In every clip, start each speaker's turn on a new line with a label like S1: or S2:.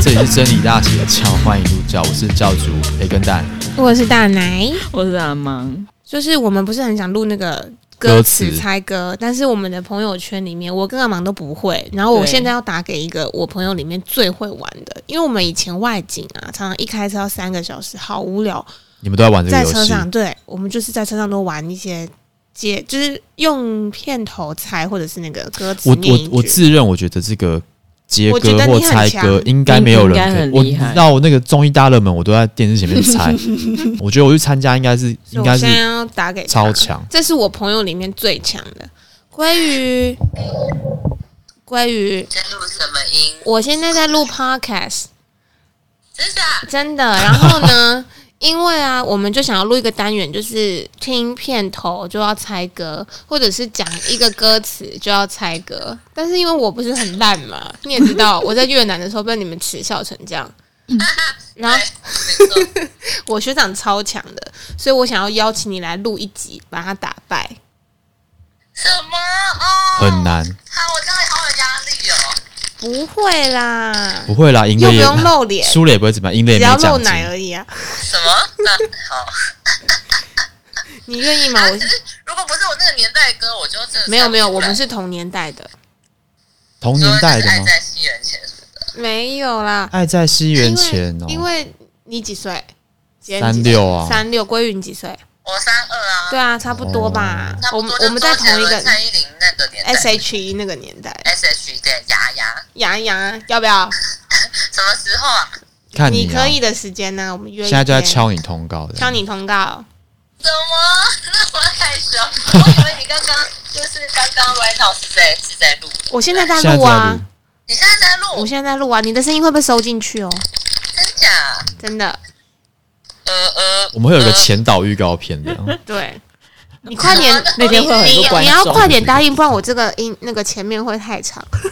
S1: 这里是真理大姐的教，欢迎入教，我是教主培根蛋。
S2: 我是大奶，
S3: 我是阿芒，
S2: 就是我们不是很想录那个
S1: 歌
S2: 歌词
S1: 词
S2: 猜歌，但是我们的朋友圈里面，我跟阿芒都不会。然后我
S3: 对
S2: 现在要打给一个我朋友里面最会玩的，因为我们以前外景啊，常常一开车要三个小时，好无聊。
S1: 你们都在玩这个
S2: 在
S1: 游
S2: 车
S1: 戏，
S2: 上，对我们就是在车上都玩一些接，就是用片头猜或者是那个歌词
S1: 我
S2: 念一
S1: 我
S2: 句
S1: 我自认我觉得这个接
S2: 我觉
S1: 歌
S2: 得你
S1: 或
S2: 很
S1: 猜歌
S2: 强
S1: 应该没有
S3: 应该
S1: 人
S3: 很
S1: 可以。
S3: 厉害
S1: 我到那个综艺大热门，我都在电视前面 猜。我觉得我去参加应该是
S2: 所
S1: 应
S2: 以我
S1: 该是
S2: 现在要打给他
S1: 超强。
S2: 这是我朋友里面最强的。鲑鱼，鲑鱼，
S4: 在录什么音？
S2: 我现在在录 podcast，
S4: 真假？
S2: 真的。然后呢，因为啊，我们就想要录一个单元，就是听片头就要猜歌，或者是讲一个歌词就要猜歌。但是因为我不是很烂嘛，你也知道，我在越南的时候被你们耻笑成这样。然后 我学长超强的，所以我想要邀请你来录一集，把他打败。
S4: 什么？哦，
S1: 很。难，
S4: 好，我真的好有压力
S2: 不
S4: 哦。
S2: 会啦，
S1: 不会啦，赢
S2: 又
S1: 了
S2: 不
S1: 也
S2: 用露脸，
S1: 输了也不会怎么样，赢了也没
S2: 只要露
S1: 奖金。
S2: 奶而已啊。
S4: 什么？那好。
S2: 你愿意吗？
S4: 啊，
S2: 我
S4: 只是如果不是我那个年代的歌，我就真的
S2: 没有没有，我们
S4: 是
S2: 是同年代的，
S1: 同年代的
S4: 爱
S1: 吗？
S4: 在西元前。
S2: 没有啦。
S1: 爱在西元前哦，
S2: 因为因为你几岁？姐你
S1: 三
S2: 几岁
S1: 六啊，
S2: 三六，归于你几岁？
S4: 我三二啊。
S2: 对。啊，差不多吧。
S4: 差
S1: 哦
S2: 我
S4: 不
S2: 们
S4: 多就
S2: 我们在
S4: 周杰
S2: 同一
S4: 伦
S2: 个
S4: 蔡依林那个年代
S2: S H E 那个年代。
S4: S H E 的牙牙，
S2: 杨洋，要不要？
S4: 什么时候啊？
S1: 看
S2: 你
S1: 啊
S2: 可，以的时间呢？我们约一
S1: 现在就在
S2: 天
S1: 敲你通告的，
S2: 敲你通告。
S4: 怎么 那么害羞？我以为你刚刚就是刚刚 right now 是在是在录，
S2: 我现在
S1: 现
S2: 在
S1: 在
S2: 录
S1: 就在
S2: 啊
S1: 录，，
S4: 你现在在
S2: 我
S4: 录，
S2: 现在在录啊，你的声音会被收进去哦，
S4: 真假？
S2: 真的。
S4: 呃呃，
S1: 我们会有一个
S4: 呃
S1: 前导预告片 的，
S2: 对，你快点，
S3: 那天
S4: 哦
S3: 会有很
S2: 你
S3: 多观
S2: 你
S3: 众
S2: 要快点答 应，不然我这个音那个前面会太长。
S4: 哦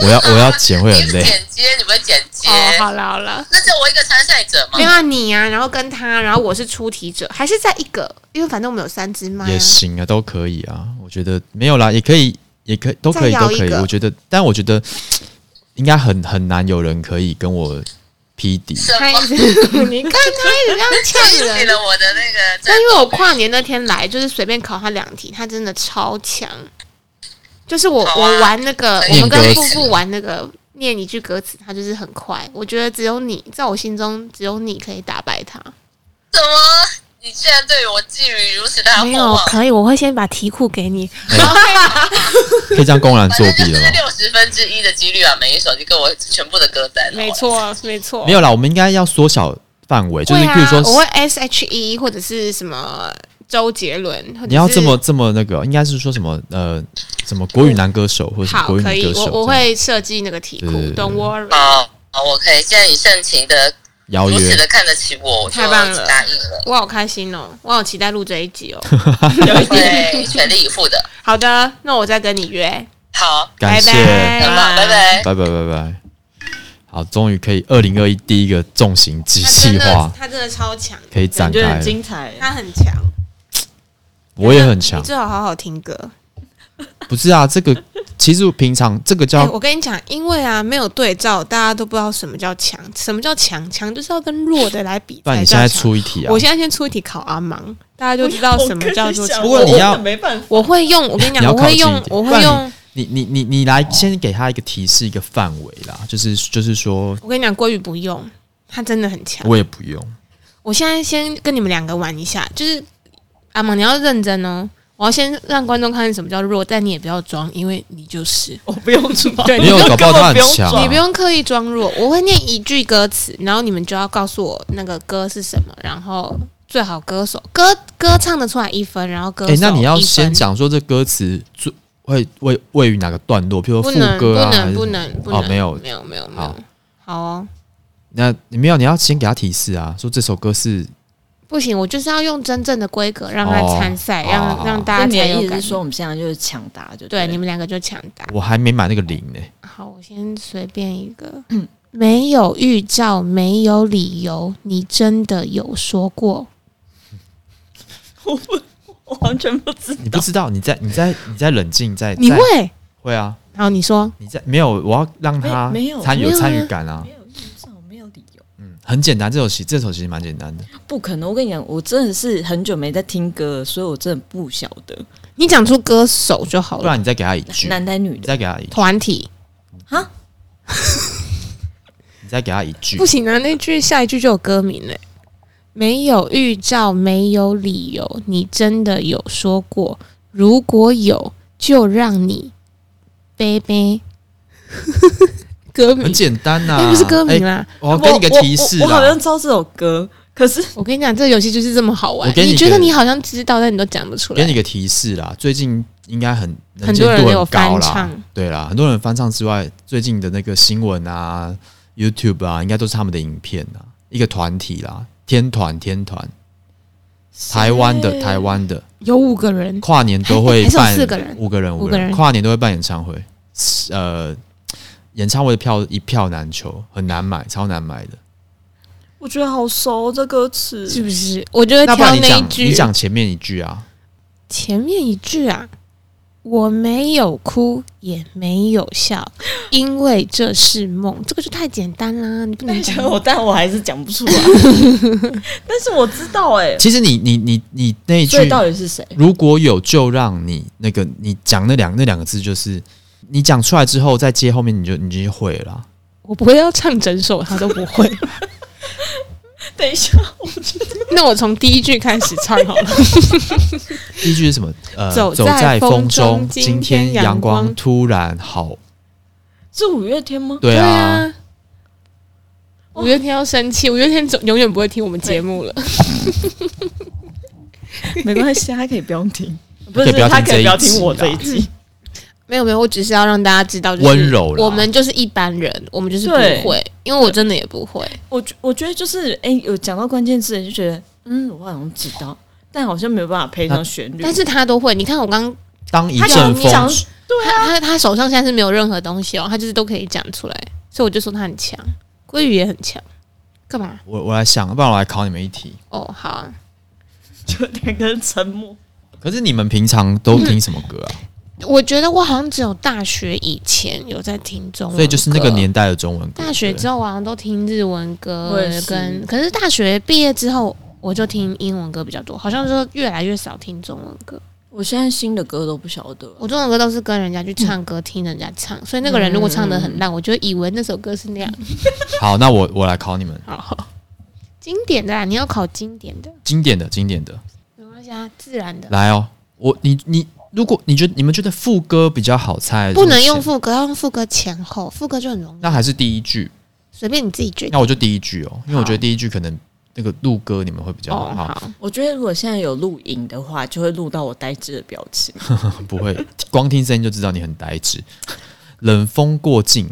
S1: 我要我要剪会很
S4: 你
S1: 累
S4: 们。剪接，你们剪接。
S2: 哦，好啦好啦，
S4: 那只有我一个参赛者嘛
S2: 没？有啊你啊，然后跟他，然后我是出题者，还是在一个，因为反正我们有三只麦、啊。
S1: 也行啊，都可以啊。我觉得没有啦，也可以，也可以，都可以，
S2: 再
S1: 都
S2: 摇一
S1: 可
S2: 个
S1: 以。我觉得，但我觉得应该很很难有人可以跟我匹 敌。
S4: 什
S2: 他
S4: 么？哎
S2: 一直，你看他一直这样
S4: 就是
S2: 呛
S4: 你
S2: 人。
S4: 了我的那个战
S2: 但因为我跨年那天来，就是随便考他两题，他真的超强。就是我、
S4: 好啊
S2: 我玩那个，我们
S1: 念歌
S2: 跟
S1: 词
S2: 布布玩那个念一句歌词，他就是很快。我觉得只有你，在我心中只有你可以打败他。
S4: 怎么？你竟然对我寄予如此大的
S2: 没
S4: 厚
S2: 有，
S4: 望？
S2: 可以，我会先把题库给你。
S1: 可以这样公然
S4: 反
S1: 作
S4: 正就
S1: 弊了
S4: 是
S1: 吗？
S4: 六十分之一的几率啊！每一首就跟我全部的歌单，哦
S2: 没。错，没错。
S1: 没有啦，我们应该要缩小范围，就是
S2: 会啊
S1: 比如说，
S2: 我会 S H E 或者是什么周杰伦，或者是
S1: 你要这么这么那个，应该是说什么呃，什么国语男歌手或者什么
S2: 好
S1: 国语
S2: 可
S1: 女
S2: 以
S1: 歌，手
S2: 我我
S1: 这样
S2: 会设计那个题库
S1: 对对对
S2: ，Don't worry。
S4: 好，好，我可以。既然你盛情的
S1: 邀
S4: 如此
S1: 约
S4: 的看得起我，我就
S2: 太棒了
S4: 答应了，
S2: 我好开心哦，我好期待录这 一集哦。
S3: 有一点
S4: 会全力以赴的。
S2: 好的，那我再跟你约，
S4: 好，
S1: 感谢，
S2: 拜
S4: 那么拜拜。
S1: 拜拜拜拜。好，终于可以二零二一第一个重型机
S2: 他
S1: 器
S2: 啊真的
S1: 化
S2: 他真的超强，
S1: 可以展
S3: 感觉
S1: 开
S3: 很
S1: 了，
S3: 精彩。
S2: 他很强，
S1: 我也很强
S2: 你。最好好好听歌。
S1: 不是啊，这 个其实平常这个叫、
S2: 哎我跟你讲，因为啊没有对照，大家都不知道什么叫强，什么叫强，强就是要跟弱的来比
S1: 不然
S2: 才
S1: 你现在
S2: 叫强。
S1: 出一题啊
S2: 我，现在先出一题考阿芒，大家就知道什么叫做强
S1: 不。过你要
S3: 我真的没办法，
S2: 我会用，我跟你
S1: 你
S2: 讲，
S1: 要
S2: 我
S1: 靠
S2: 会
S1: 近一
S2: 用
S1: 点，
S2: 我
S1: 不然
S2: 会
S1: 你
S2: 用。
S1: 你你你你来先给他一个提示一个范围啦，就是就是说
S2: 我跟你讲，鲑鱼不用，他真的很强。
S1: 我也不用，
S2: 我现在先跟你们两个玩一下，就是阿芒，你要认真哦。我要先让观众看什么叫弱，但你也不要装，因为你就是，
S3: 我不用装，
S2: 对
S1: 没有
S3: 你就
S1: 搞不好
S3: 根本
S1: 他很
S3: 不用
S1: 强啊
S3: 装
S2: 你不用刻意装弱。我会念一句歌词，然后你们就要告诉我那个歌是什么，然后最好歌手歌歌唱得出来一分，然后歌手
S1: 哎、那你要
S2: 一分
S1: 先讲说这歌词最会位位于哪个段落，譬如
S2: 不
S1: 说副
S2: 能不
S1: 歌啊，还
S2: 能
S1: 是
S2: 不能不
S1: 哦
S2: 能
S1: 没有
S2: 没有没有没
S1: 好
S2: 有好哦，
S1: 那你没有你要先给他提示啊，说这首歌是
S2: 不行，我就是要用真正的规格让他
S1: 哦
S2: 参赛，
S1: 哦好好
S2: 让让大家
S3: 那你
S2: 才
S3: 的
S2: 有
S3: 意思
S2: 感
S3: 是说，我们现在就是抢答，就
S2: 对，
S3: 对
S2: 你们两个就抢答。
S1: 我还没买那个零呢、
S2: 好，我先随便一个。
S3: 嗯
S2: 没有预兆，没有理由，你真的有说过？
S3: 我不我完全不知
S1: 你不
S3: 道。
S1: 知道你在你在你在冷静在
S2: 你
S1: 在
S2: 会？
S1: 会啊，
S2: 然后你说
S1: 你在没有我要让他
S3: 没没有
S1: 参
S2: 没有啊
S1: 参与感啊，
S3: 没有印象
S1: 很简单，这首其这首其实蛮简单的。
S3: 不可能！我跟你讲，我真的是很久没在听歌了，所以我真的不晓得
S2: 你讲出歌手就好
S1: 不
S2: 了，
S1: 然你再给他一句，
S3: 男的女
S1: 你
S3: 的
S1: 再给他一，
S2: 团体
S3: 哈，
S1: 你再给他一句
S2: 不，行啊，那句下一句就有歌名嘞、没有预兆，没有理由，你真的有说过？如果有，就让你 悲悲。歌名
S1: 很简单呐、
S2: 那不是歌名
S1: 哎
S2: 啊啦。
S1: 我要给你个提示
S3: 我我我我好
S1: 啦
S3: 像，知道这首歌，可是
S2: 我跟你讲，这个游戏就是这么好玩。
S1: 我给你一个
S2: 觉得你好像知道，但你都讲不出
S1: 给你
S2: 来。
S1: 个提示啦。最近应该很能
S2: 很
S1: 见
S2: 多人
S1: 度
S2: 有
S1: 很高
S2: 翻
S1: 啦
S2: 唱，
S1: 对啦，很多人翻唱之外，最近的那个新闻啊、YouTube 啊，应该都是他们的影片啊，一个团体啦，天团天团，台湾的台湾的，
S2: 有五个人，
S1: 跨年都会
S2: 还是有
S1: 办
S2: 四个人
S1: 五个人，
S2: 五
S1: 五
S2: 个
S1: 个
S2: 人
S1: 人，跨年都会办演唱会。呃，演唱会的票一票难求，很难买，超难买的。
S3: 我觉得好熟这歌词，
S2: 是不是？我就会
S1: 那不
S2: 挑
S1: 然你
S2: 那一
S1: 讲，
S2: 句
S1: 你，讲前面一句啊，
S2: 前面一句啊，我没有哭，也没有笑，因为这是梦。这个就太简单啦，你不能讲。
S3: 我但我还是讲不出来。 但是我知道哎、
S1: 其实你你你你那一句
S3: 所以到底是谁？
S1: 如果有就让你那个你讲那两那两个字，就是你讲出来之后，再接后面你就你就会了啦。
S2: 我不会要唱整首，他都不 会。
S3: 等一下，
S2: 那我从第一句开始唱好了。
S1: 第一句是什么？呃，
S2: 走
S1: 走
S2: 在
S1: 在
S2: 风
S1: 风中，
S2: 中今
S1: 今
S2: 天
S1: 天阳
S2: 阳光
S1: 光突然好。
S3: 是五月天吗？
S1: 对啊，
S2: 啊，五月天要生气，五月天总永远不会听我们节目了。
S3: 没关系，他可以不用听，不
S1: 可
S3: 是
S1: 以不要
S3: 他
S1: 听
S3: 可
S1: 这一
S3: 以不要听我
S1: 集
S3: 这一
S1: 啦
S3: 集。
S2: 没有没有，我只是要让大家知道，就是
S1: 温柔啦
S2: 我们就是一般人，我们就是不
S3: 对
S2: 会，因为我真的也不会。
S3: 我觉我觉得就是哎、有讲到关键字，就觉得嗯，我好像知道，但好像没有办法配上旋律。
S2: 但是他都会。你看我刚
S1: 当一
S2: 他
S1: 阵
S2: 讲讲
S1: 风
S3: 啊
S2: 他他他手上现在是没有任何东西哦，他就是都可以讲出来，所以我就说他很强，鲑鱼也很强。干嘛？
S1: 我我来想，不然我来考你们一题。
S2: 哦，好、啊，
S3: 就两个人沉默。
S1: 可是你们平常都听什么歌啊？
S2: 我觉得我好像只有大学以前有在听中文歌，
S1: 所以就是那个年代的中文歌。
S2: 大学之
S1: 后，
S2: 后，我好像都听日文歌
S3: 我也是
S2: 跟，可是大学毕业之后，我就听英文歌比较多，好像说越来越少听中文歌。
S3: 我现在新的歌都不晓得了，
S2: 我中文歌都是跟人家去唱歌，听人家唱，所以那个人如果唱的很
S3: 嗯
S2: 烂，我就以为那首歌是那样。
S1: 好，那我我来考你们
S2: 好
S3: 哦
S2: 好，经典的啊啦，你要考经典的，
S1: 经典的经典的。
S2: 没关系啊，自然的。
S1: 来哦，我你你，如果你觉得你们觉得副歌比较好猜，
S2: 不能用，副歌，要用副歌前后，副歌就很容易，
S1: 那还是第一句。
S2: 随便你自己决定。
S1: 那我就第一句哦，因为我
S2: 好
S1: 觉得第一句可能那个录歌你们会比较
S2: 哦，
S1: 好，
S2: 好，
S3: 我觉得如果现在有录影的话，就会录到我呆滞的表情。
S1: 不会光听声音就知道你很呆滞。冷风过境，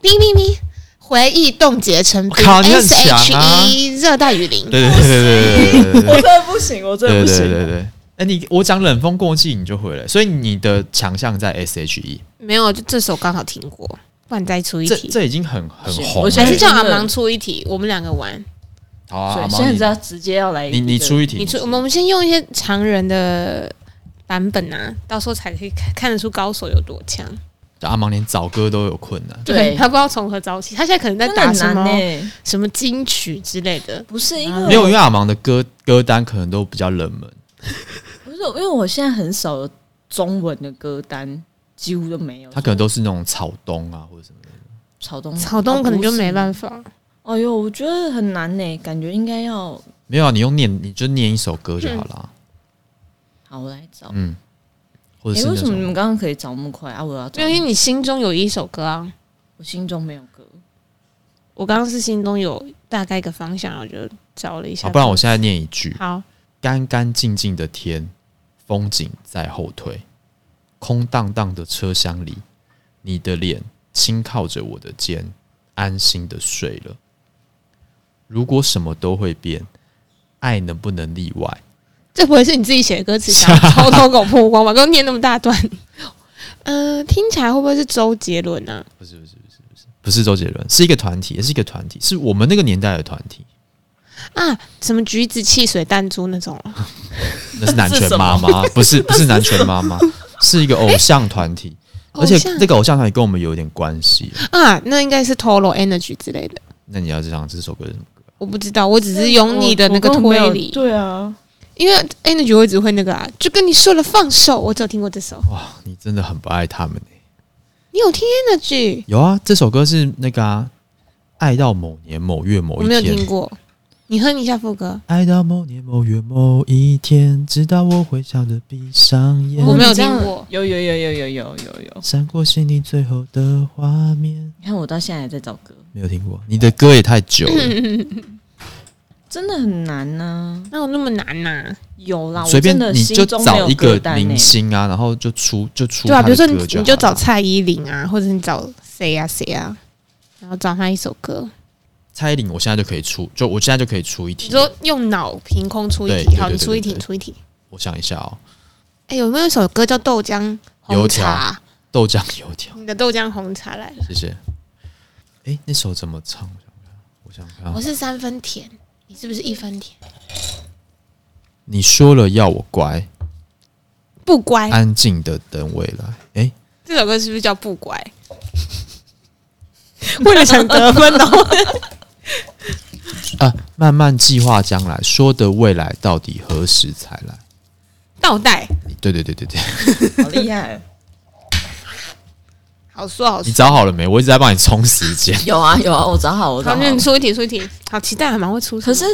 S2: 哔哔哔，回忆冻结成
S1: 我
S2: 冰
S1: 靠你很
S2: ，S
S1: 强
S2: H
S1: 啊
S2: E 热带雨林。
S1: 对对对对对对对
S3: 我真的 不行，我真
S1: 对对
S3: 的不行。
S1: 对对对。哎，你我讲冷风过境你就会了，所以你的强项在 S H E，
S2: 没有，就这首刚好听过，不然再出一
S1: 这
S2: 题。
S1: 这已经很很
S3: 是
S1: 红
S3: 我
S1: 了。
S3: 现
S2: 还
S3: 在
S2: 是叫阿
S3: 真的
S2: 芒出一题，我们两个玩。
S1: 好啊，
S3: 所
S1: 阿
S3: 以
S1: 毛
S3: 现在
S1: 你
S3: 是要直接要来
S1: 你
S3: 一
S1: 你
S3: 个
S1: 出一题，
S2: 你出，我们我们先用一些常人的版本啊，到时候才可以看看得出高手有多强。
S1: 阿芒连找歌都有困难。
S3: 对
S2: 他不知道从何找起，他现在可能在
S3: 真的
S2: 打
S3: 很
S2: 什
S3: 难
S2: 么、
S3: 呢、
S2: 什么金曲之类的。
S3: 不是因为
S1: 没有，因
S3: 我
S1: 为阿芒的歌歌单可能都比较冷门。
S3: 不是因为我现在很少有中文的歌单，几乎都没有。
S1: 他可能都是那种草东啊，或者什么的。
S3: 草
S1: 嗯
S3: 东，
S2: 草
S1: 哦
S2: 东可能就没
S3: 法。
S2: 办法，
S3: 哎呦，我觉得很难呢、感觉应该要
S1: 没有啊，你用念，你就念一首歌就好了。
S3: 嗯好我来找。
S1: 嗯，或者
S3: 哎、
S1: 是
S3: 为
S1: 那
S3: 什么你
S1: 种
S3: 们刚刚可以找那么快啊？我要找
S2: 因，为你心中有一首歌啊。
S3: 我心中没有歌。
S2: 我刚刚是心中有大概一个方向，我就找了一下。
S1: 啊，不然我现在念一句：
S2: 好，
S1: 干干净净的天，风景在后退，空荡荡的车厢里，你的脸轻靠着我的肩，安心的睡了。如果什么都会变，爱能不能例外？
S2: 这不会是你自己写的歌词，想要偷偷给我曝光吧？给我念那么 大段。嗯、听起来会不会是周杰伦啊？
S1: 不是不是不是不是不是周杰伦，是一个团体，也是一个团体，是我们那个年代的团体。
S2: 啊，什么橘子汽水弹珠那种哦？
S1: 那是男权妈妈，不是不是男权妈 妈，是一个偶像团体，
S2: 哎偶
S1: 而且
S2: 像
S1: 这个偶像团体跟我们有一点关系。
S2: 啊，那应该是 Toro Energy 之类的。
S1: 那你要知道这首歌是什么歌？
S2: 我不知道，我只是用你的那个
S3: 我我根本没
S2: 推
S3: 有
S2: 理，
S3: 对啊，
S2: 因为 Energy 我只会那个啊，就跟你说了放手，我只有听过这首。
S1: 哇，你真的很不爱他们欸
S2: 你有听 Energy？
S1: 有啊，这首歌是那个啊，爱到某年某月某
S2: 我
S1: 一
S2: 没有
S1: 天
S2: 听。过，你哼一下副歌。
S1: 爱到某年某月某一天，直到我会笑着闭上眼
S2: 我，没有
S3: 你这样
S2: 听过
S3: 有有有有有有有有。
S1: 闪过心里最后的画面。
S3: 你看我到现在还在找歌，
S1: 没有听过，你的歌也太久 了，
S3: 真的很难呢、
S2: 哪有那么难呐、
S3: 有啦，
S1: 随便
S3: 我真的
S1: 你就
S3: 心中没
S1: 找
S3: 有
S1: 一
S3: 歌
S1: 个
S3: 单欸
S1: 明星啊，然后就出就出
S2: 对啊，
S1: 他
S2: 比如
S1: 的
S2: 说
S1: 歌
S2: 你
S1: 就好
S2: 你就找
S1: 了
S2: 蔡依林啊，或者你找谁呀、谁呀、然后找他一首歌，
S1: 蔡依林，我现在就可以出，就我现在就可以出一
S2: 你
S1: 题。
S2: 说用脑凭空出一
S1: 对
S2: 题，
S1: 对
S2: 好，
S1: 对
S2: 你
S1: 对
S2: 出一
S1: 对
S2: 题，
S1: 对
S2: 出一题。
S1: 我想一下哦，
S2: 哎、有没有一首歌叫《豆浆
S1: 油条
S2: 红茶
S1: 豆浆油条》？，
S2: 你的豆浆红茶来了，
S1: 谢谢。哎，那首怎么唱？我想看，我想
S2: 我
S1: 看。
S2: 是三分甜，你是不是一分甜？
S1: 你说了要我乖，
S2: 不乖，
S1: 安静的等未来。哎，
S2: 这首歌是不是叫不乖？
S3: 为了想得分哦。
S1: 啊，慢慢计划将来，说的未来到底何时才来？
S2: 倒带，
S1: 对对对对对，
S3: 好厉害！
S2: 好说好
S1: 你
S2: 说。
S1: 找好了没？我一直在帮你冲时间。
S3: 有啊有啊，我找好我找
S2: 好，
S3: 好
S2: 那。你出一题，出一题，好期待，还蛮会出。
S3: 可是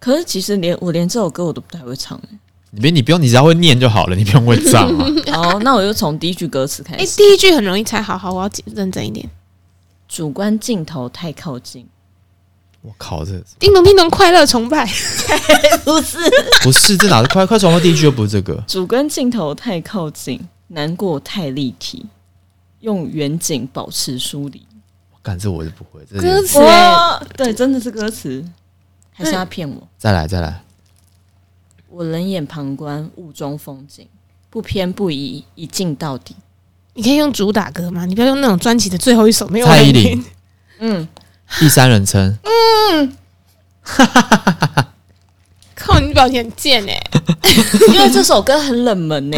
S3: 可是，其实连我连这首歌我都不太会唱欸。
S1: 你别，你不用，你只要会念就好了，你不用会唱 啊。
S3: 好，哦那我就从第一句歌词开
S2: 哎、
S3: 始。
S2: 第一句很容易猜，好好，我要认真一点。
S3: 主观镜头太靠近，
S1: 我靠，这
S2: 叮咚叮咚，快乐崇拜，
S3: 不是
S1: 不是这哪是快快传播第一句又不是这个，
S3: 主观镜头太靠近，难过太立体，用远景保持疏离。
S1: 感这我是不会。这
S2: 歌
S1: 是
S2: 词、欸，
S3: 对，真的是歌词，还是他骗我？
S1: 再来再来，
S3: 我冷眼旁观，雾中风景，不偏不倚，一镜到底。
S2: 你可以用主打歌吗？你不要用那种专辑的最后一首，没有
S1: 蔡依
S2: 人
S1: 林
S2: 听。
S3: 嗯，
S1: 第三人称，
S2: 靠，你表情很贱哎、
S3: 因为这首歌很冷门呢、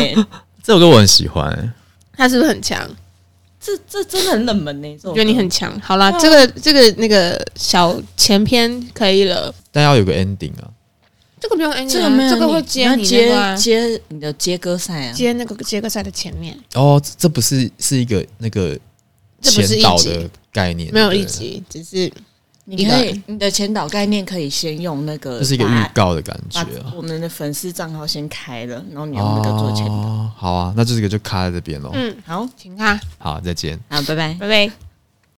S1: 这首歌我很喜欢、欸
S2: 他是不是很强？
S3: 这这真的很冷门呢、这首
S2: 我
S3: 歌
S2: 觉得你很强。好啦，
S3: 对啊
S2: 这个这个那个小前篇可以了，
S1: 但要有个 ending 啊。
S2: 这个不用 ending，啊
S3: 这个没有
S2: 这个会
S3: 你
S2: 接
S3: 你
S2: 你那个啊
S3: 要接接你的接歌赛啊，
S2: 接那个接歌赛的前面，
S1: 哦，这这不是是一个那个
S2: 这不是
S1: 前
S2: 一
S1: 导
S2: 集
S1: 的，概念，
S2: 没有
S1: 对不
S2: 一
S1: 对，
S2: 集，只是
S3: 你可以你的前导概念可以先用那个
S1: 这是一个预
S3: 把
S1: 告的感觉
S3: 把
S1: 啊。
S3: 我们的粉丝账号先开了，然后你用那个做前导。
S1: 哦哦，好啊，那这个就卡在这边喽。
S2: 嗯，
S3: 好，
S2: 请他，
S1: 好，再见。
S3: 好，拜拜。
S2: 拜拜。